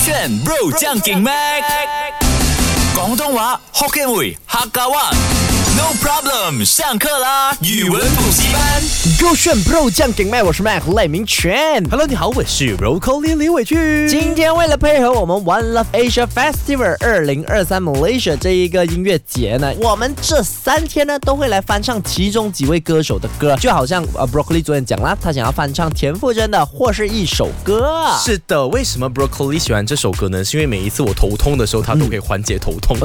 炫 bro 将劲 mac，广东话 Hokkien 语客家话。No problem，上课啦！语文补习班。勾选 Pro 酱顶麦，我是 Mac 赖明全。 Hello，你好，我是 Broccoli 李伟俊。今天为了配合我们 One Love Asia Festival 二零二三 Malaysia 这一个音乐节呢，我们这三天呢都会来翻唱其中几位歌手的歌，就好像呃 Broccoli 昨天讲啦，他想要翻唱田馥甄的或是一首歌。是的，为什么 Broccoli 喜欢这首歌呢？是因为每一次我头痛的时候，它都可以缓解头痛。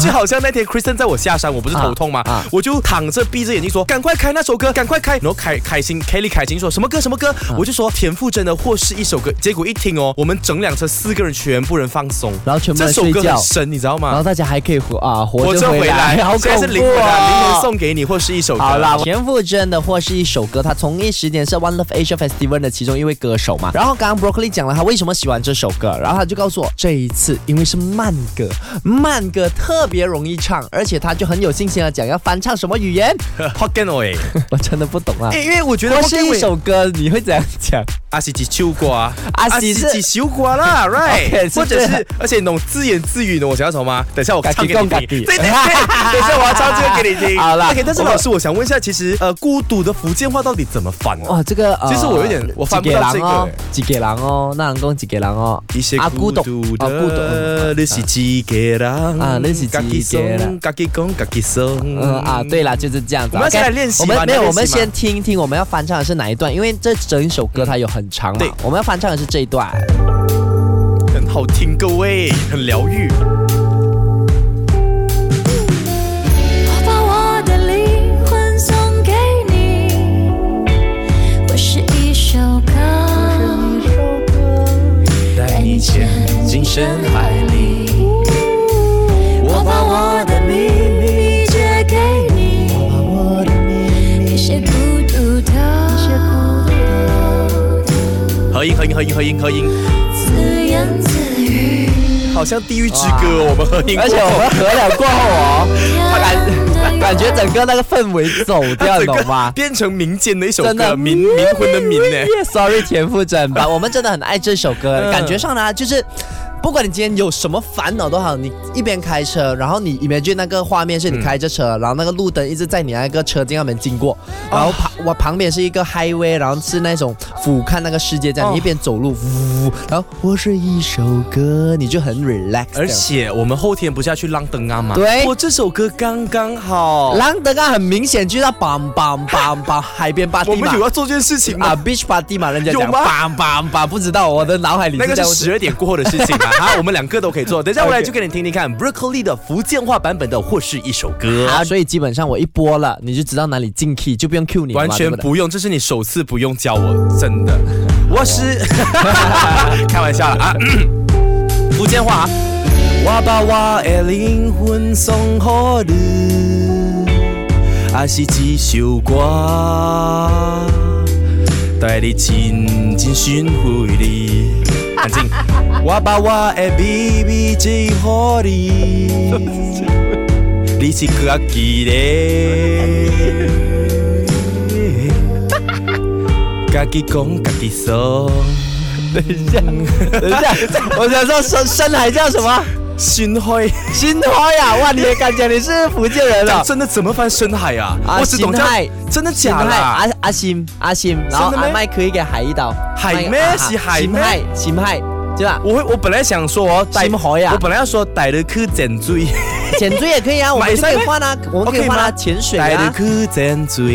就好像那天 Kristen 在我下山，我不是头哦痛吗？啊啊我就躺着闭着眼睛说，赶快开那首歌，赶快开。然后开开心 Kelly 开心说什么歌什么歌，啊我就说田馥甄的或是一首歌。结果一听哦，我们整辆车四个人全部人放松，然后全部这在首睡歌觉很深，你知道然后吗？大家还可以活啊活我着这回来，好恐现在是灵怖魂啊，灵哦魂送给你或是一首歌。好啦，田馥甄的或是一首歌，他同一时间是 One Love Asia Festival 的其中一位歌手嘛。然后刚刚 Broccoli 讲了他为什么喜欢这首歌，然后他就告诉我，这一次因为是慢歌，慢歌特别容易唱，而且他就很有信心的讲要翻唱什么语言， Hokkien 哦，我真的不懂啊哎，。因为我觉得或是 Hokkien 一味首歌，你会怎样讲？阿啊是几秋瓜，啊是是几秋瓜 啦 OK， ，right？是或者这是，而且那种自言自语呢，我想要什么吗？等一下我嘎叽唱给嘎你听。叽对对对， 等一下我要唱这个给你听。好啦 OK，但是我们老师，我想问一下，其实呃，孤独的福建话到底怎么翻啊？哇，这个、呃其实我有点我翻不到这个哎啊几给狼哦，那人公几给狼哦，一些啊孤独啊孤独的，你是几个人啊你是几个人嘎叽公，嘎叽松。嗯啊，对啦，就是这样子。我们要 OK，先来练习我吧们没你要有，练习吗我们先听一听我们要翻唱的是哪一段，因为这整首歌它有很长嘛。啊对我们要翻唱的是这一段。很好听，各位，很疗愈。我把我的灵魂送给你，我是一首歌，带你潜进深海里，我把我的秘密借给你，一些孤独的，合音合音合音合音合音，自言自语，好像《地狱之歌》，我们合音过。而且我们合了过后哦，感感觉整个那个氛围走 掉，你啊整个懂吗？变成民间的一首真的歌，民民魂的民呢？ Sorry，田馥甄吧， 嗯我们真的很爱这首歌。嗯感觉上呢，就是不管你今天有什么烦恼都好，你一边开车，然后你 imagine 那个画面是你开着车，然后那个路灯一直在你那个车镜上面经过，然后旁、我旁边是一个 highway，然后是那种俯瞰那个世界这样，哦你一边走路，呜，然后我是一首歌，你就很 relax 这样。而且我们后天不是要去浪登啊吗？对我这首歌刚刚好。朗德刚很明显就是要 bang bang bang bang 海边 party 我嘛们有要做这件事情啊吗？ beach party 嘛，人家有讲吗 bang bang bang，不知道我的脑海里那个这样是十二点过后的事 情啊，哈，我们两个都可以做。等一下我来 OK 就给你听听看 Broccoli 的福建话版本的，或是一首歌。啊，所以基本上我一播了，你就知道哪里进 key，就不用 Q 你了嘛完全对对不用，这是你首次不用教我，真的。我是开玩笑了啊，福建话啊。我把我的灵魂送给你，也是一首歌，带你深深寻回你。安静。我把我的秘密寄给你，你是可记 得。家己讲，家己说， 等一下，我想说深深海叫什么？心海。新花呀！哇，你也敢讲你是福建人啊了？真的怎么翻深海啊？啊我只懂深海叫，真的假新的海啊阿？阿心阿心，然后真的阿咩麦可以给海啊一刀，海咩是海咩咩？新海，对 吧？我会，我本来想说哦，带深海啊我本来要说带你去潜水，潜水也可以啊，我们买就可以菜咩换啊，我们可以 OK 换啊，吗潜水带你啊，去潜水，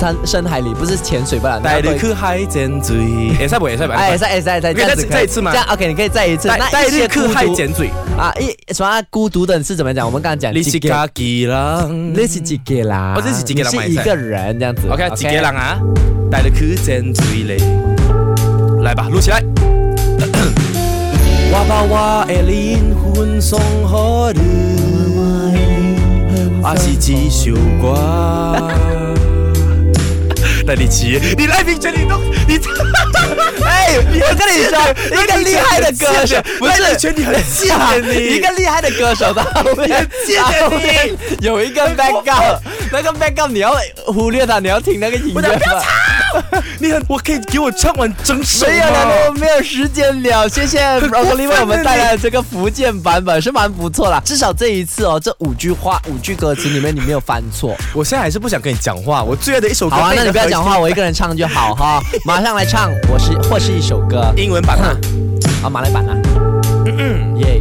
深深海里不是潜水不啦？带那个你去海潜 水，会使不会使不？哎，再再再可这样以子再可以，再一次吗这样 OK，你可以再一次。带那带一些你去孤海独潜水，啊，一什么啊孤独的人是怎么讲？我们刚刚讲你自是己家己人，你是几个啦？哦你是一个人你嘛是一个人这样子。 OK，几个人啊？带你去潜水嘞，来吧，录起来。 我把我的灵魂送给你，啊是一首 歌。带你骑，你来评选你 都你，哎，我跟你说，一个厉害的歌手，不赖是明全你很是啊，贱你一个厉害的歌手的后面，贱后你面有一个 backup，那个 backup 你要忽略它，你要听那个音乐。不要吵，你很，我可以给我唱完整首吗没有了，那啊我没有时间了。谢谢 Broccoli 为我们带来的这个福建版本是蛮不错啦，至少这一次哦，这五句话、五句歌词里面你没有犯错。我现在还是不想跟你讲话。我最爱的一首歌，好 啊，那你不要讲话，我一个人唱就好哈。马上来唱，我是或是一首歌，英文版嗯嘛。好，马来版啊。耶。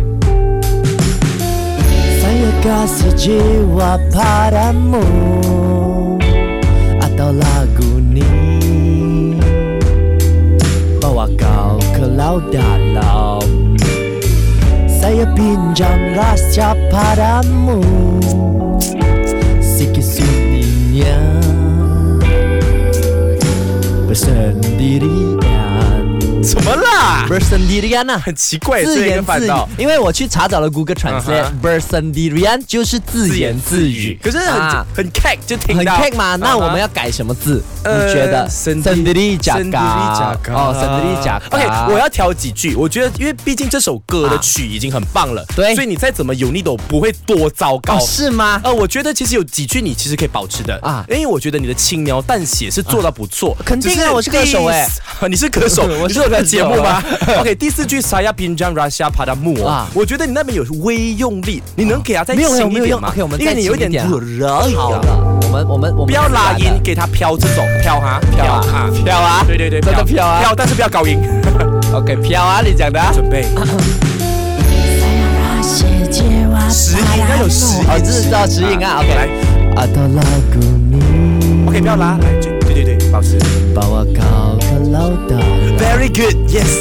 Saya kasih jiwa padamu Atau lagu ini Bawa kau ke laut dalam Saya pinjam rasa padamu Sikit sunyinya Bersendirian 怎么啦？ Bersendirian ah 很奇怪，自这一个言反自语倒。，因为我去查找了 Google 嗯 Translate，哼 b e r s a n d i r i a n 就是自言自语，可是很、啊很 c a k 就听很到 cake 嘛，那我们要。要改什么字？呃你觉得 Sendiri- Sendiri Jaga 哦哦 Sendiri Jaga OK，我要挑几句，我觉得，因为毕竟这首歌的啊曲已经很棒了，对所以你再怎么油腻都不会多糟糕。哦是吗？呃，我觉得其实有几句你其实可以保持的啊啊，因为我觉得你的轻描淡写是做到不错。肯定啊只我是歌手哎第四 你是歌手， 我我是是我歌的手啊节 目吗？OK，第四句 Saya pinjam rasa padamu，啊哦我觉得你那边有微用力，你能给他再没有没有轻没有一点用吗，OK 我们因为再你有轻点一点啊热好呀了。，我们我们我们哦不要拉音，给他飘这种飘哈飘啊飘啊对对对，真的飘啊飘，但是不要高音。 ，OK 飘啊，你讲的啊。准备十音要有十 哦，音，这是叫 指引啊，OK。来，Atau lagu ni ，OK，不要拉，来，就对对对，保持。 bawa kau ke laut dalam. Very good, yes。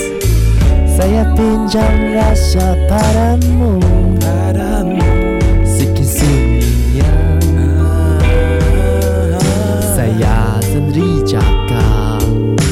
Saya pinjam rasa padamu Sikit sunyinya 呃 Saya sendiri jaga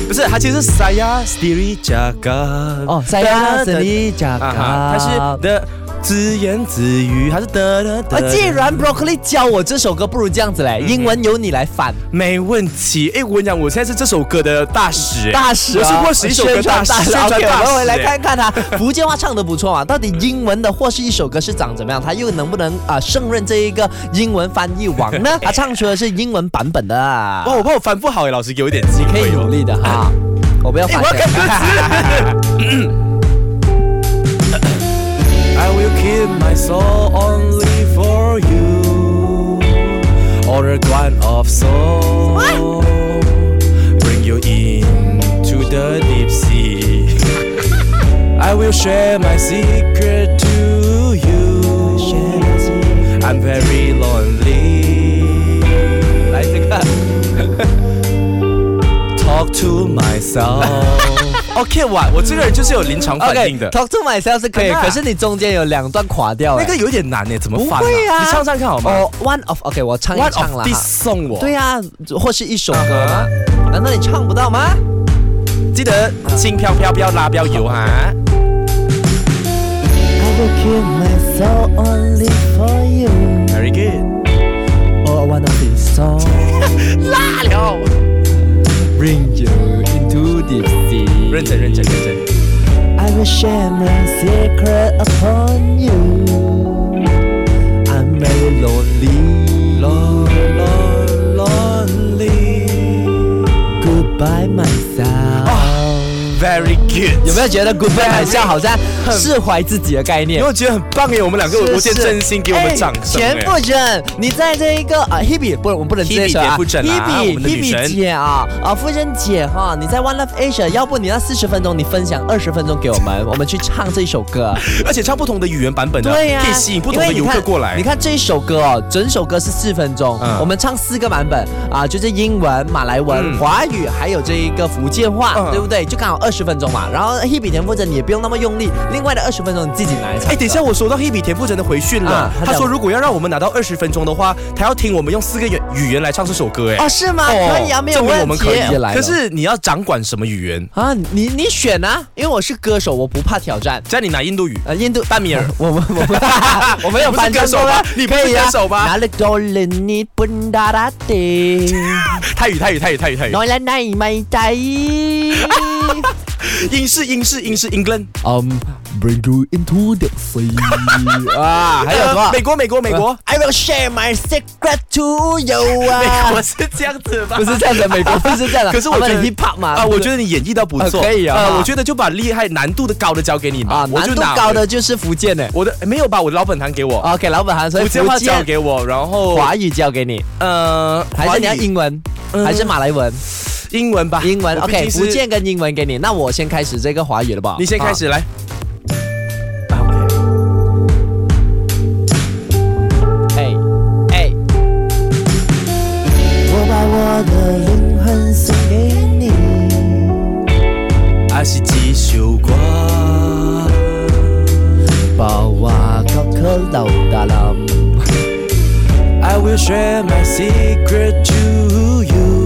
不是，它其实是 Saya sendiri jaga。哦，saya sendiri jaga 啊哈它是的自言自语，它是的的啊，的。既然 Broccoli 教我这首歌，不如这样子嗯嘞，英文由你来反。没问题，哎，我跟你讲，我现在是这首歌的大使，大使、我是啊，或是一首歌宣传大使，宣传 OK，大我使。们回来哎看看他福建话唱的不错嘛，到底英文的或是一首歌是长怎么样，他又能不能啊、胜任这一个英文翻译王 呢？他唱出的是英文版本的啊，哇，我怕我反复好哎，老师给我一点机可以会努哦。力的哈。我不要哎反我要对看。歌词。I will keep my soul only for you. Order one of soul. Bring you in to the deep sea. I will share my secret to you. I'm very lonely. 来这个 Talk to myself. OK，哇，我这个人就是有临场反应的。 ，OK，Talk to myself 是可以，真的啊可是你中间有两段垮掉哎，那个有点难呢，怎么不翻、啊？会啊，你唱唱看好吗、啊哦，One of OK，我唱 o 一 n e 唱 of 啦。 this song 我。对呀，或是一首歌嘛？难道你唱不到吗？记得轻飘飘，不要拉，不啊要油哈。 I will give my soul only for you. Very good。 Or 哦 one of these songs. 拉了。 Bring you into deep sea. 认真认真认真。 I will share my secret upon you. I'm very lonely. Goodbye myself. Very good。有没有觉得 Goodbye myself 好像释怀自己的概念因为？我觉得很棒耶，我们两个是哎无限是真心给我们掌声哎耶。田馥甄，你在这一个啊，Hebe 不，我们不能直接说啊 Hebe 田馥甄啊我们的女神姐啊，啊，馥甄姐哈，你在 One Love Asia，要不你那四十分钟你分享二十分钟给我们，我 们去唱这首 歌。而且唱不同的语言版本的，啊对呀、可以吸引不同的游客过来。因为你看你看这一首歌哦，整首歌是四分钟，嗯我们唱四个版本啊，就是英文、马来文、嗯华语，还有这一个福建话，嗯对不对？就刚好二十分钟嘛。然后 Hebe 田馥甄你也不用那么用力，另外的二十分钟你自己拿来唱。哎，等一下，。我收到黑笔田馥甄的回讯了，啊他他讲说如果要让我们拿到二十分钟的话，他要听我们用四个语语言来唱这首歌，哎、 哦，是吗？可以啊，没有证问明题。我们可以也来，了可是你要掌管什么语言？啊，你你选啊，因为我是歌手，我不怕挑战。叫你拿印度语，呃，印度，半米尔， 我们我们我们有翻唱过吗？啊你不是歌手吧你不是歌手吧哪里都了你不达达的， 泰语，泰语，泰语，泰语，泰语。来来来买呆。英式英式英式 England， Um, bring you into the sea 啊，还有什么啊呃？美国美国美 国， I will share my secret to you 美国啊。是这样子吧？不是这样的，美国不是这样 的。可是我觉他得们 hip hop 嘛啊，我觉得你演绎到不错，啊可以啊呃我觉得就把厉害难度的高的交给你吧，啊，我难就度拿高的啊就是福建的。我的没有把我的老本行给我， OK，老板哦好像所以福建福话交建给我，然后华语交给你，呃，还华是语你要英文，还是马来文？英文吧？英文我毕 OK，竟是福建跟英文给你。那我先开始这个华语了吧？你先开始来。啊。哎哎，我把我的灵魂送给你，我是一首歌，宝娃高科老大郎， I will share my secret to you。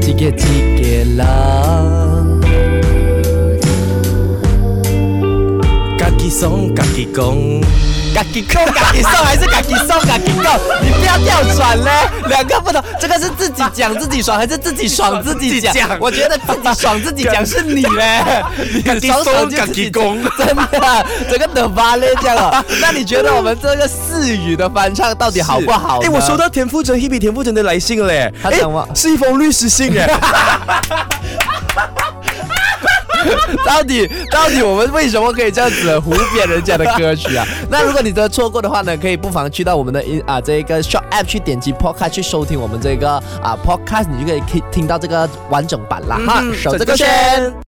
几个几个郎，家己爽，家己 讲。嘎叽扣嘎叽送还是嘎叽送嘎叽扣？你不要调转嘞，两个不同，这个是自己讲自己爽，还是自己爽自己自己讲讲？我觉得自己爽自己讲是你嘞， 你爽爽就自己讲公，真的，整个德巴勒这样哦。那你觉得我们这个四语的翻唱到底好不好呢？哎，我收到田馥甄 Hebe 田馥甄的来信了嘞，他讲吗诶是一封律师信哎。 到底到底我们为什么可以这样子胡编人家的歌曲 啊？那如果你真的错过的话呢，可以不妨去到我们的音啊这个 Shop App 去点击 Podcast 去收听我们这个啊嗯 Podcast，你就可以听听到这个完整版啦哈。手这个圈。